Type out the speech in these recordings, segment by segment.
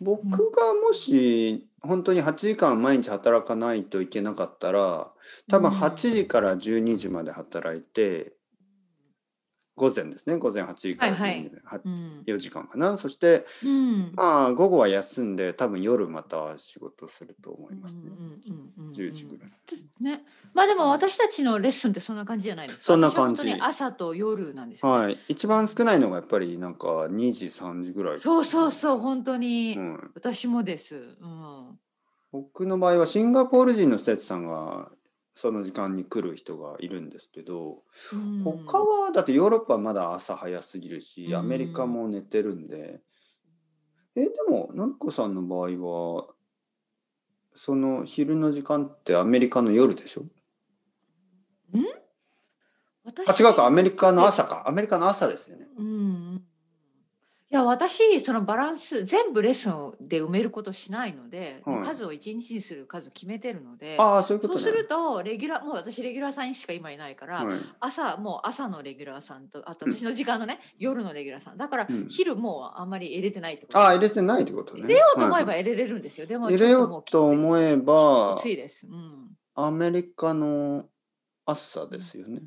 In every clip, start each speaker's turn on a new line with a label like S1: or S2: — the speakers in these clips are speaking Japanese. S1: 僕がもし本当に8時間毎日働かないといけなかったら多分
S2: うん
S1: 8時から12時まで働いて午前ですね午前8時から12時まで、は
S2: うん。
S1: 4時間かなそして
S2: うん。
S1: まあ午後は休んで多分夜また仕事すると思いますね、10
S2: 10
S1: 時ぐらい。
S2: ね、まあでも私たちのレッスンってそんな感じじゃないですか。
S1: そんな感じ
S2: ちょっとね朝と夜なんですよ、
S1: はい、一番少ないのがやっぱりなんか2時3時ぐらい
S2: そうそうそう
S1: う、
S2: 本当に、
S1: うん、
S2: 私もです。うん。
S1: 僕の場合はシンガポール人の施設さんがその時間に来る人がいるんですけど
S2: うん
S1: 他はだってヨーロッパはまだ朝早すぎるし、
S2: うん
S1: アメリカも寝てるんでえでものりこさんの場合はその昼の時間ってアメリカの夜でしょ
S2: 私
S1: あ違うかアメリカの朝かアメリカの朝ですよね。
S2: うん。いや私そのバランス全部レッスンで埋めることしないので、
S1: はい
S2: 数を一日にする数決めてるので
S1: ああそういうこ
S2: そ
S1: とね。
S2: うするとレギュラーもう私レギュラーさんしか今いないから、
S1: はい、
S2: 朝もう朝のレギュラーさんとあと私の時間のね、夜のレギュラーさんだから
S1: うん
S2: 昼もうあんまり入れてないってこと
S1: ああ入れてないってことね。
S2: 入れようと思えば
S1: はい
S2: 入れれるんですよ、でも
S1: 入れようと
S2: え
S1: 思えば
S2: きついです、うん、
S1: アメリカの朝ですよね。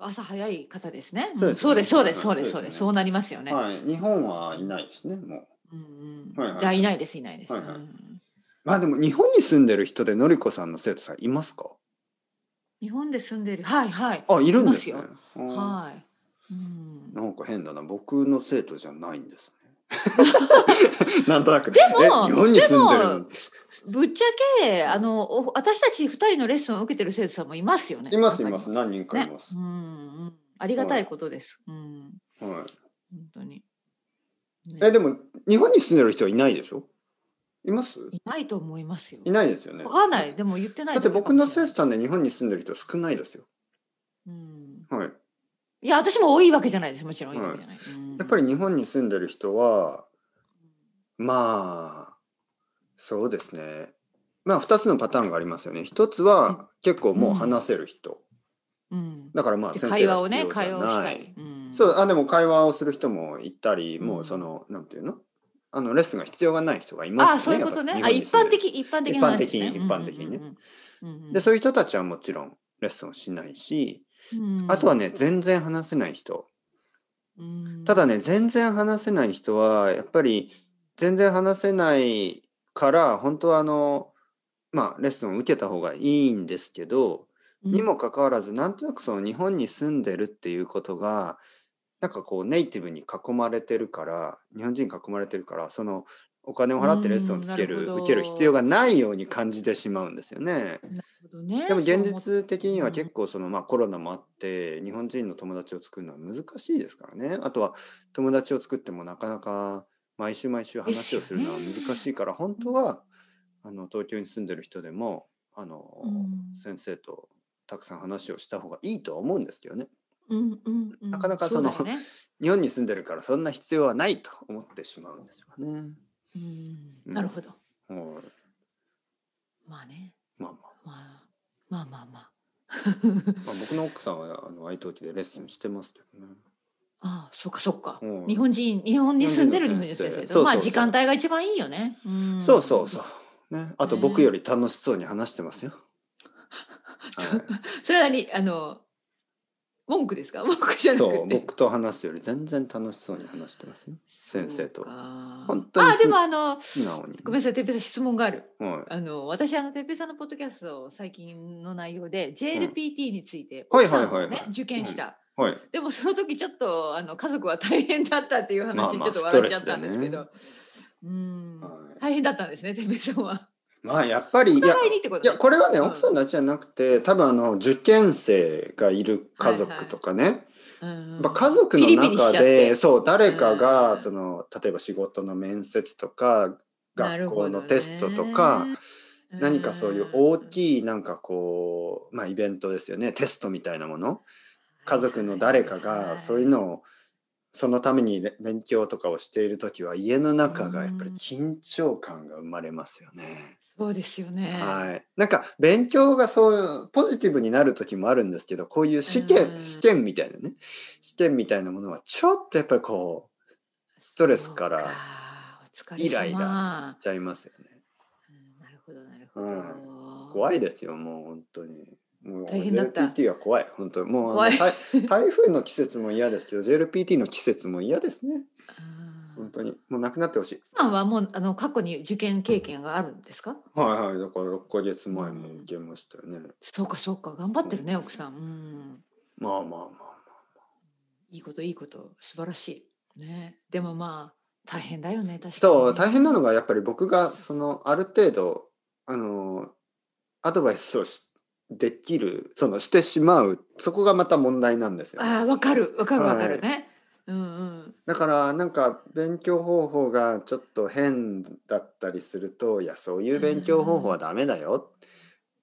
S2: 朝早い方ですね
S1: そう
S2: う
S1: ですね
S2: んそうですそう
S1: は
S2: ですそ
S1: いう
S2: です
S1: そ
S2: そうう
S1: ですね
S2: ですそうなりますよね、
S1: はい、日本はいないですねもう。
S2: うん
S1: はい
S2: うん
S1: はい
S2: じゃあいないですいないです、
S1: はいはい
S2: うん
S1: まあでも日本に住んでる人でのりこさんの生徒さんいますか
S2: 日本で住んでるはいはい
S1: あいるんですね
S2: いま
S1: うん
S2: はい、うん、
S1: なんか変だな僕の生徒じゃないんですね なんとなく
S2: でも
S1: え日本に住んでるの
S2: でもぶっちゃけあのお私たち二人のレッスンを受けてる生徒さんもいますよね
S1: いますい
S2: 中に
S1: ま
S2: は
S1: す何人かいます、
S2: ね、うんうん、ありがたいことです。うん、
S1: はい、
S2: 本当に。ね
S1: えでも日本に住んでる人はいないでしょいます
S2: いないと思いますよ。
S1: いないですよね
S2: わかんない、でも言ってない
S1: だっ
S2: だ
S1: て
S2: け
S1: 僕
S2: かも
S1: の
S2: し
S1: 生
S2: れない。
S1: 徒さんで日本に住んでる人少ないですよ
S2: うん、
S1: はい
S2: いや、私も多いわけじゃないです。もちろん多いわけじゃない。うん
S1: やっぱり日本に住んでる人はまあそうですねまあ2つのパターンがありますよね一つは結構もう話せる人、
S2: うん、
S1: だからまあ
S2: で
S1: 先
S2: 会
S1: 生が
S2: 話を
S1: 必
S2: ね、
S1: 要じ
S2: 会
S1: ゃ
S2: 話をし
S1: な
S2: た
S1: い
S2: り。。うん、
S1: そうあでも会話をする人もいたり、
S2: うん
S1: もうそのなんていうのあのレッスンが必要がない人がい
S2: ああ、
S1: ます
S2: そう
S1: よ
S2: い
S1: ね。
S2: うことね。
S1: やっ
S2: あ、
S1: ぱ日本に
S2: 一
S1: 住ん
S2: 般
S1: でる
S2: 的、一般的な話ですね。
S1: 一般的一般的ね
S2: うんうんうんうん。
S1: でそういう人たちはもちろんレッスンをしないし、
S2: うん
S1: あとは、ね全然話せない人
S2: うん
S1: ただ、ね全然話せない人はやっぱり全然話せないから本当はあのまあレッスンを受けた方がいいんですけど、
S2: うん
S1: にもかかわらずなんとなくその日本に住んでるっていうことがなんかこうネイティブに囲まれてるから日本人に囲まれてるからそのお金を払ってレッスンをつけ
S2: うんなる
S1: る
S2: ほど
S1: 受ける必要がないように感じてしまうんですよね。
S2: なるほどね、
S1: でも現
S2: そう
S1: 実的には結構そのまあコロナもあって日本人の友達を作るのは難しいですからねあとは友達を作ってもなかなか毎週毎週話をするのは難しいから本当はあの東京に住んでる人でもあの
S2: うん
S1: 先生とたくさん話をした方がいいとは思うんですけどね
S2: 思っうんうんうん、
S1: なかなかその
S2: うだよね
S1: 日本に住んでるからそんな必要はないと思ってしまうんですよね。
S2: うん
S1: うん
S2: なるほど。
S1: はい
S2: まあね。
S1: まあま
S2: まあ、まあまあまあ。
S1: あ、まあ、僕の奥さんはあの ITOT でレッスンしてますけどね。
S2: ああ、そっかそっか。
S1: うん
S2: 日本人、日本に住んでる日本人
S1: 日本
S2: の
S1: 人の
S2: 先
S1: 先生
S2: 生
S1: そうそうそう
S2: と。まあ時間帯が一番いいよね。ん
S1: そうそうそう。。ね、あと
S2: ね
S1: 僕より楽しそうに話してますよ。は
S2: それは何あの、文句ですか 文句じ ゃ
S1: い、
S2: なく
S1: そう
S2: て。
S1: 僕と話すより全然楽しそうに話してますよ。先生と本
S2: 本
S1: 当に
S2: あ、
S1: す
S2: でもあの、
S1: 素直に。
S2: ごめんなさい、てっぺいさん質問がある。
S1: はい
S2: あの、私、あの、てっぺいさんのポッドキャストを最近の内容で、JLPT について、
S1: はい
S2: 奥さんを
S1: はいはいはい
S2: ね受験した。
S1: はい。
S2: でもその時ちょっとあの家族は大変だったっていう
S1: まあ
S2: 話
S1: ま
S2: に
S1: あ
S2: ちょっと笑っちゃっ
S1: ストレ
S2: た
S1: ス
S2: ん
S1: でね
S2: ですけど、うん
S1: はい
S2: 大変だったんですねてめさんは。
S1: まあやっぱりい
S2: お
S1: や
S2: 互いにってこと
S1: いやこれはね
S2: うん
S1: 奥さんだけじゃなくて多分あの受験生がいる家族とかね、やっぱ家族の中でそう誰か
S2: う
S1: が
S2: ん
S1: その例えば仕事の面接とか学校のテストと、
S2: う
S1: か、
S2: ん
S1: 何かそういう大きいなんかこうまあイベントですよねテストみたいなもの家族の誰かがそういう
S2: の
S1: のをそのためにれ勉強とかをしている時は家の中がやっぱり緊張感が生まれますよね。
S2: そうですよね。
S1: はい、なんか勉強がそういうポジティブになる時もあるんですけどこういう試験、
S2: うん
S1: 試験みたいなね試験みたいなものはちょっとやっぱりこうストレスから
S2: そうか疲れ
S1: イライラ
S2: 様
S1: ちゃいますよね。
S2: うんなるほどなるほど。
S1: 怖いですよ、もう本当に。もう
S2: 大変だった
S1: JLPT が怖い、本当に。もうあ
S2: 怖
S1: の
S2: い
S1: 台 台風の季節も嫌ですけど、JLPT の季節も嫌ですね。
S2: うん
S1: 本当に。もうなくなってほしい。
S2: さんはもうあの過去に受験経験があるんですか？
S1: はいはい、だから6ヶ月前も受けましたよね。
S2: そうかそうか頑張ってるね奥さん。うん
S1: まあまあま
S2: いいこといいこと素晴らしいね。でもまあ大変だよね確かに
S1: あ。
S2: ね。
S1: そう、大変なのがやっぱり僕がそのある程度、あの、アドバイスをしできる、そのしてしまう、そこがまた問題なんですよね、
S2: ああわかるわかるわかるね。うんうん。
S1: だからなんか勉強方法がちょっと変だったりするといやそういう勉強方法はダメだよ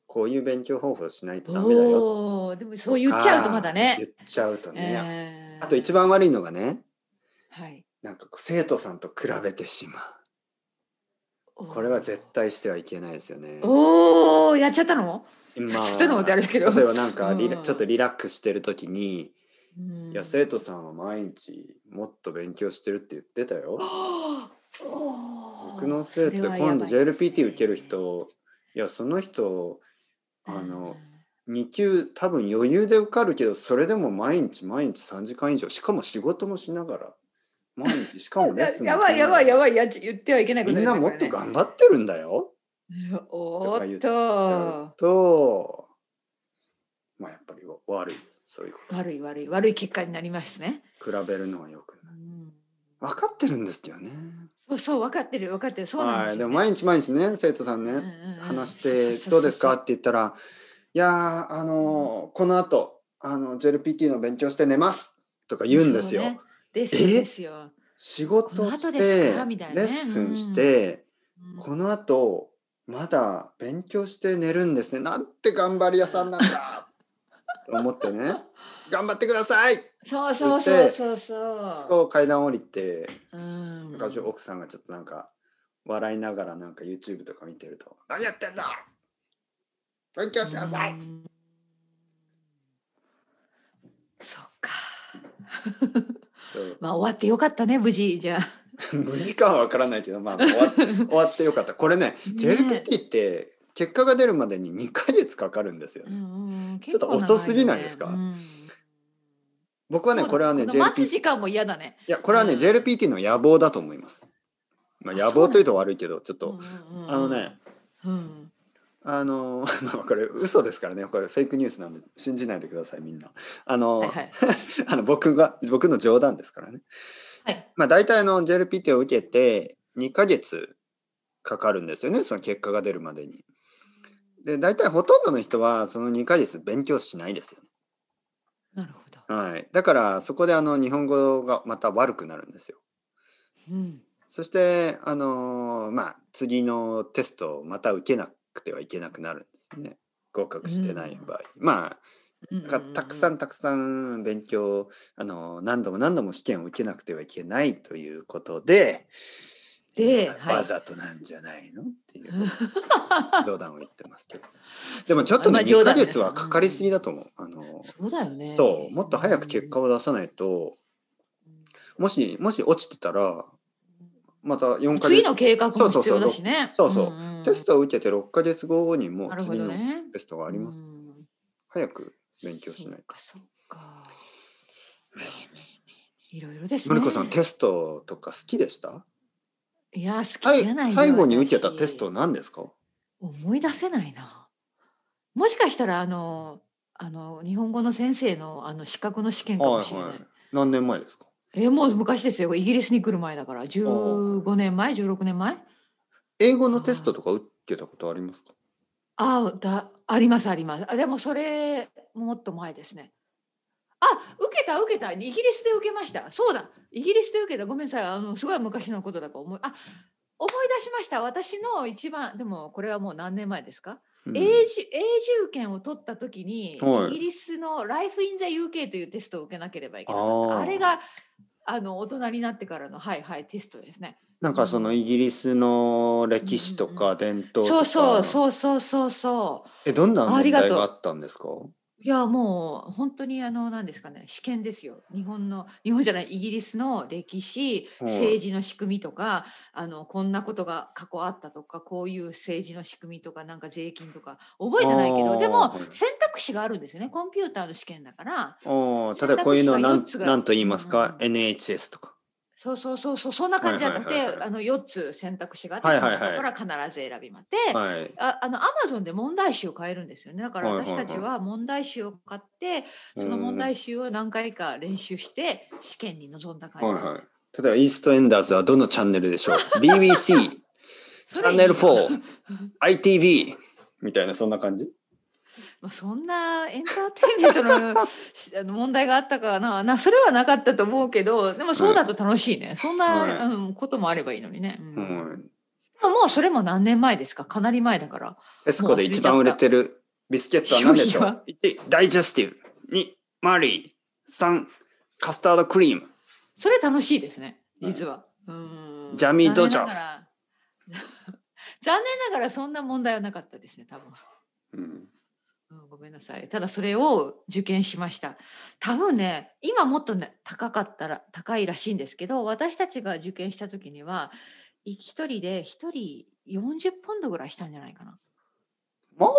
S1: こういう勉強方法しないとダメだよ
S2: おおでもそう言っちゃうとまだね。
S1: 言っちゃうとね、
S2: えー
S1: あと一番悪いのがね
S2: はい。
S1: なんか生徒さんと比べてしまうこれは絶対してはいけないですよね。
S2: おおやっちゃったの？
S1: ま
S2: ちょっとのってあれだけど
S1: 例えばなんかリラ
S2: うん
S1: ちょっとリラックスしてる時に「いや生
S2: せ
S1: 徒さんは毎日もっと勉強してるって言ってたよ」僕
S2: 僕
S1: の生徒で今度 JLPT 受ける人いやその人あの2級多分余裕で受かるけどそれでも毎日毎日3時間以上しかも仕事もしながら毎日しかもレッスンも
S2: やばいやばいやばいやっち言ってはいけないこ
S1: み
S2: と
S1: んなもっと頑張ってるんだよ
S2: 張おーっ
S1: と
S2: と
S1: まあやっぱり悪いですそういうこ
S2: 悪い悪い悪い結果になりますね、
S1: と比べるのはよく
S2: う
S1: ない
S2: ん、
S1: 分かってるんですけどね
S2: そうそう分かってる分かってるそうなん
S1: は
S2: で
S1: い
S2: す
S1: で
S2: よ、
S1: も
S2: ね
S1: 毎日毎日ね生徒さんね、
S2: うんうんうん
S1: 話して「どうですか?」
S2: そ
S1: って言ったら「いやーあのーこの後あの JLPT の勉強して寝ます」とか言うんですよ。
S2: そうねです
S1: え
S2: ですよ、
S1: 仕事
S2: この後
S1: し
S2: で
S1: て、
S2: すかみたいな
S1: レ
S2: ね
S1: ッスンして、
S2: うん
S1: この後まだ勉強して寝るんですねなんて頑張り屋さんなんだと思ってね「頑張ってください!」
S2: そうそうそうそうそ
S1: こう階段降りて
S2: う、うん
S1: なんか奥さんがちょっとなんか笑いながらなんか YouTube とか見てると「何やってんだ勉強しなさい!」
S2: うんそっか。
S1: そう
S2: まあ終わってよかったね無事じゃあ。
S1: 無事かは分からないけど、まあ、終 わっ終わってよかったこれね JLPT って結果が出るまでに2ヶ月かかるんですよ、
S2: う
S1: ね
S2: んうん、ち
S1: ょっと遅すぎないですか僕はねこれはね
S2: 待つ
S1: JLPT い
S2: 時間も嫌だね。
S1: やこれはね、
S2: うん
S1: JLPT の野望だと思います、まあ、
S2: あ
S1: 野望というと悪いけどちょっ
S2: う
S1: と
S2: んうんうん
S1: あのね。
S2: うん。
S1: あの まあこれ嘘ですからねこれフェイクニュースなんで信じないでくださいみんなあの,、
S2: はいはい。
S1: あの僕が僕の冗談ですからね
S2: はい。
S1: まあ大体あの JLPT を受けて2ヶ月かかるんですよねその結果が出るまでに。で大体ほとんどの人はその2ヶ月勉強しないですよね。
S2: なるほど。
S1: はい、だからそこであの日本語がまた悪くなるんですよ。
S2: うん。
S1: そしてあのーまあ次のテストをまた受けなくてはいけなくなるんですね。合格してない場合、まあ
S2: うん
S1: だからたくさん。たくさん勉強あの何度も何度も試験を受けなくてはいけないということで
S2: ではい
S1: わざとなんじゃないのっていう 冗談を言ってますけどでもちょっと
S2: ま
S1: ね
S2: あ冗
S1: 2
S2: 談
S1: ヶ
S2: です
S1: 月はかかりすぎだと思うあの
S2: そうだよね。
S1: そうもっと早く結果を出さないともしもし落ちてたらまた4ヶ
S2: 次
S1: 月
S2: の計画も必要だしね。
S1: そうそう
S2: うんん
S1: テストを受けて6ヶ月後にも
S2: な
S1: う
S2: るほ
S1: 次
S2: ど
S1: の
S2: ね。
S1: テストがあります
S2: うん
S1: 早く勉強しない
S2: そっかそっか。いろいろです
S1: の
S2: ね。
S1: りこさんテストとか好きでした
S2: いや好き
S1: は
S2: じゃない
S1: い、
S2: よ
S1: 最後に受けた
S2: 私
S1: テスト何ですか
S2: 思い出せないな。もしかしたらあのあの日本語の先生のあの資格の試験かもしれない。
S1: 何年前ですか
S2: えもう昔ですよ。イギリスに来る前だから15年前16年前。
S1: 英語のテストとか受けたことありますか
S2: あだありますあります。あでもそれもっと前ですね。あ受けた受けたイギリスで受けました。そうだイギリスで受けたごめんなさいあのすごい昔のことだから思いあ思い出しました私の一番でもこれはもう何年前ですか、
S1: うん
S2: 永住永住権を取った時に、
S1: はい
S2: イギリスの「ライフ・イン・ザ・ UK」というテストを受けなければいけなかっ
S1: あ
S2: た
S1: あ
S2: あれがあの大人になってからのはいはいテストですね。
S1: なんかそのイギリスの歴史とか伝統と
S2: そ
S1: か
S2: うそうそうそうそうそう。
S1: えどんな
S2: あ
S1: 問
S2: りがと
S1: 題
S2: う
S1: があったんですか
S2: いいやもう本当にあの何ですかね試験ですよ日本の日本じゃないイギリスの歴史
S1: うん
S2: 政治の仕組みとか、あのこんなことが過去あったとかこういう政治の仕組みとかなんか税金とか覚えてないけ
S1: あ
S2: ど
S1: ー
S2: でも
S1: はい
S2: 選択肢があるんですよねコンピューターの試験だから
S1: おー例えばこういうのはなん
S2: 選択肢が四つが
S1: なんと言いますか、
S2: う
S1: NHS とか。
S2: そうそうそうそうそんな感じじゃなくて、
S1: はいはいはいはい
S2: あの4つ選択肢があって、
S1: はいはいはい
S2: その中から必ず選びまって、
S1: はい。
S2: ああのアマゾンで問題集を変えるんですよねだから私たちは問題集を買って、その問題集を何回か練習して試験に臨んだ感じ、
S1: うんはいはい。例えばイーストエンダーズはどのチャンネルでしょう ?BBC、チ
S2: それ
S1: ャ
S2: い
S1: ン
S2: いな
S1: ネル4、ITV みたいなそんな感じ
S2: まあ、そんなエンターテインメントの しあの問題があったかななそれはなかったと思うけどでもそうだと楽しいね、そんな、
S1: はい
S2: うん、こともあればいいのにね、うん
S1: うん。
S2: でももうそれも何年前ですかかなり前だから
S1: テスコで一番売れてるビスケットは何でしょ
S2: 商品は
S1: う ?1、ダイジェスティブ。2、マリー。3、カスタードクリーム。
S2: それ楽しいですね
S1: はい
S2: 実は、うん
S1: ジャミードジャース
S2: 残念ながら 残念ながらそんな問題はなかったですね多分
S1: うん
S2: うんごめんなさい。ただそれを受験しました。多分ね、今もっとね、高かったら、高いらしいんですけど、私たちが受験した時には、い一人で一人40ポンドぐらいしたんじゃないかな。
S1: まあ、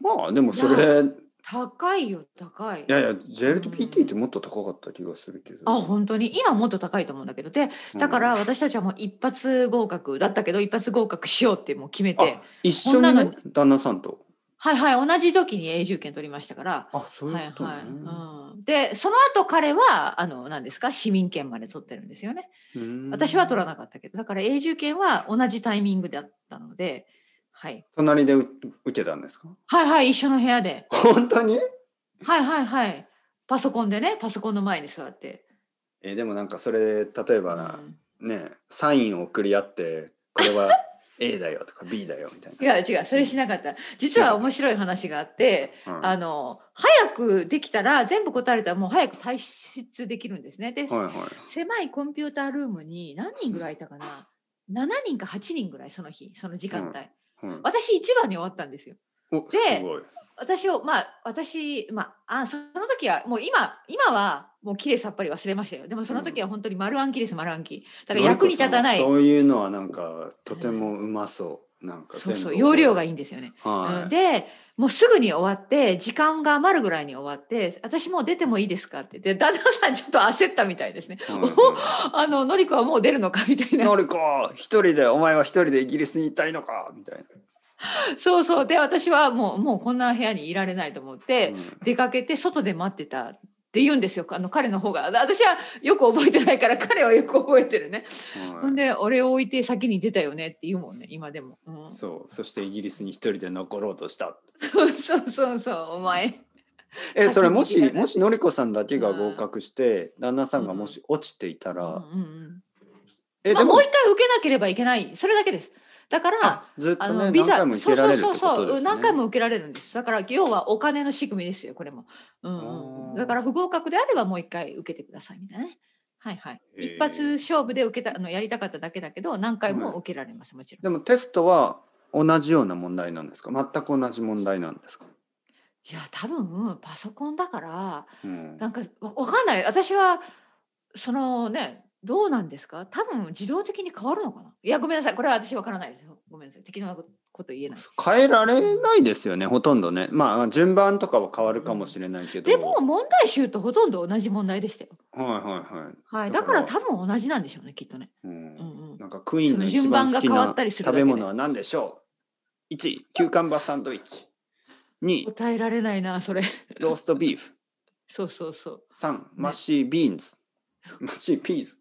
S1: まあ、でもそれ、い
S2: 高いよ、高い。
S1: やいや、ジェルと PT ってもっと高かった気がするけど。
S2: あ、本当に今もっと高いと思うんだけど、で、だから
S1: うん、
S2: 私たちはもう一発合格だったけど、一発合格しようってもう決めて
S1: あ、一緒に
S2: こんな
S1: ね
S2: の、
S1: 旦那さんと。
S2: はいはい、同じ時に永住権取りましたから、
S1: あ、そう
S2: はいいう
S1: ことね。
S2: はい。うん、で、その後彼は、あの、何ですか、市民権まで取ってるんですよね。
S1: うん
S2: 私は取らなかったけど、だから永住権は同じタイミングだったので、はい、
S1: 隣でう受けたんですか
S2: はいはい一緒の部屋で、
S1: 本当に
S2: はいはいはい、パソコンでね、パソコンの前に座って、
S1: えでもなんかそれ例えばな、
S2: うん
S1: ねサインを送り合ってこれは A だよとか B だよみたい
S2: 違う違う、それしなかった。実は面白い話があって、
S1: な。うん
S2: あの早くできたら全部答えれたらもう早く退出できるんですね。で、
S1: はいはい。
S2: 狭いコンピュータールームに何人ぐらいいたかな。7人か8人ぐらいその日その時間帯、
S1: うん
S2: 私一番に終わったんですよ
S1: おす
S2: で
S1: ごい。
S2: 私をまあ私まああその時はもう今今はもうきれいさっぱり忘れましたよでもその時は本当に丸暗記です丸暗記だから役に立たない
S1: のりこさんはそういうのはなんかとてもうまそう。なんか
S2: そ
S1: 全
S2: う
S1: 部
S2: そう容量がいいんですよね、
S1: は
S2: うん
S1: い。
S2: でもうすぐに終わって時間が余るぐらいに終わって私もう出てもいいですかって言って旦那さんちょっと焦ったみたいですね
S1: うん
S2: あののりこはもう出るのかみたい な
S1: のりこ一人でお前は一人でイギリスに行ったいのかみたい
S2: そうそうで私はもうもうこんな部屋にいられないと思って、
S1: な。
S2: 出かけて外で待ってたって言うんですよあの彼の方が私はよく覚えてないから 彼はよく覚えてるね、
S1: うん
S2: ほ
S1: は
S2: んで俺を置いて先に出たよねって言うもんね今でも、うん
S1: い、そうそしてイギリスに一人で残ろうとした。
S2: そうそうそうそうお前
S1: えそれも
S2: 先に
S1: し
S2: 行かない
S1: もしのりこさんだけが合格して旦那さんがもし落ちていた
S2: うん
S1: ら、
S2: うんう
S1: え
S2: んまあ、
S1: で
S2: も
S1: も
S2: う一回受けなければいけないそれだけですだから
S1: あずっ
S2: あ
S1: と
S2: の
S1: ね
S2: ビ
S1: 何
S2: ザ
S1: 回も受けられるってことですね。
S2: 何回も受けられるんですだから要はお金の仕組みですよこれも、うんう
S1: あ
S2: ん、
S1: ー
S2: だから不合格であればもう一回受けてくださいみたいなねはいはい
S1: へー
S2: 一発勝負で受けたあのやりたかっただけだけど何回も受けられますもちろん
S1: でもテストは同じような問題なんですか全く同じ問題なんですか、
S2: いや多分パソコンだから
S1: うん
S2: なんかわわかんない私はそのねどうなんですか多分自動的に変わるのかないやごめんなさいこれは私わからないですよごめんなさい適当なこと言えない
S1: 変えられないですよねほとんどねまあ順番とかは変わるかもしれないけど、
S2: でも問題集とほとんど同じ問題でしたよ
S1: はいはいはい、
S2: はい
S1: だ
S2: だ
S1: か
S2: からら多分同じなんでしょうねきっとね
S1: う、
S2: うんんうん
S1: なんかクイーンの
S2: その
S1: 一
S2: 順番
S1: 番
S2: が
S1: 好き
S2: 変わ
S1: な
S2: ったりするだ
S1: 食
S2: けで
S1: べ物は何でしょう ?1 キューカンバーサンドイッチ2
S2: 答えられないなそれ
S1: ローストビーフ
S2: そうそうそう
S1: 3マッシービーンズマッシーピーズ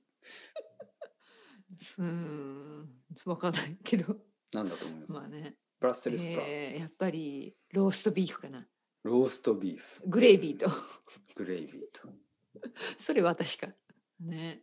S2: うーんわかんないけど
S1: なんだと思います、
S2: まあね、
S1: ブラッセルスプラウ
S2: えー
S1: ス
S2: やっぱりローストビーフかな
S1: ローストビーフ
S2: グレイビーと
S1: グレイビーと
S2: それは確かね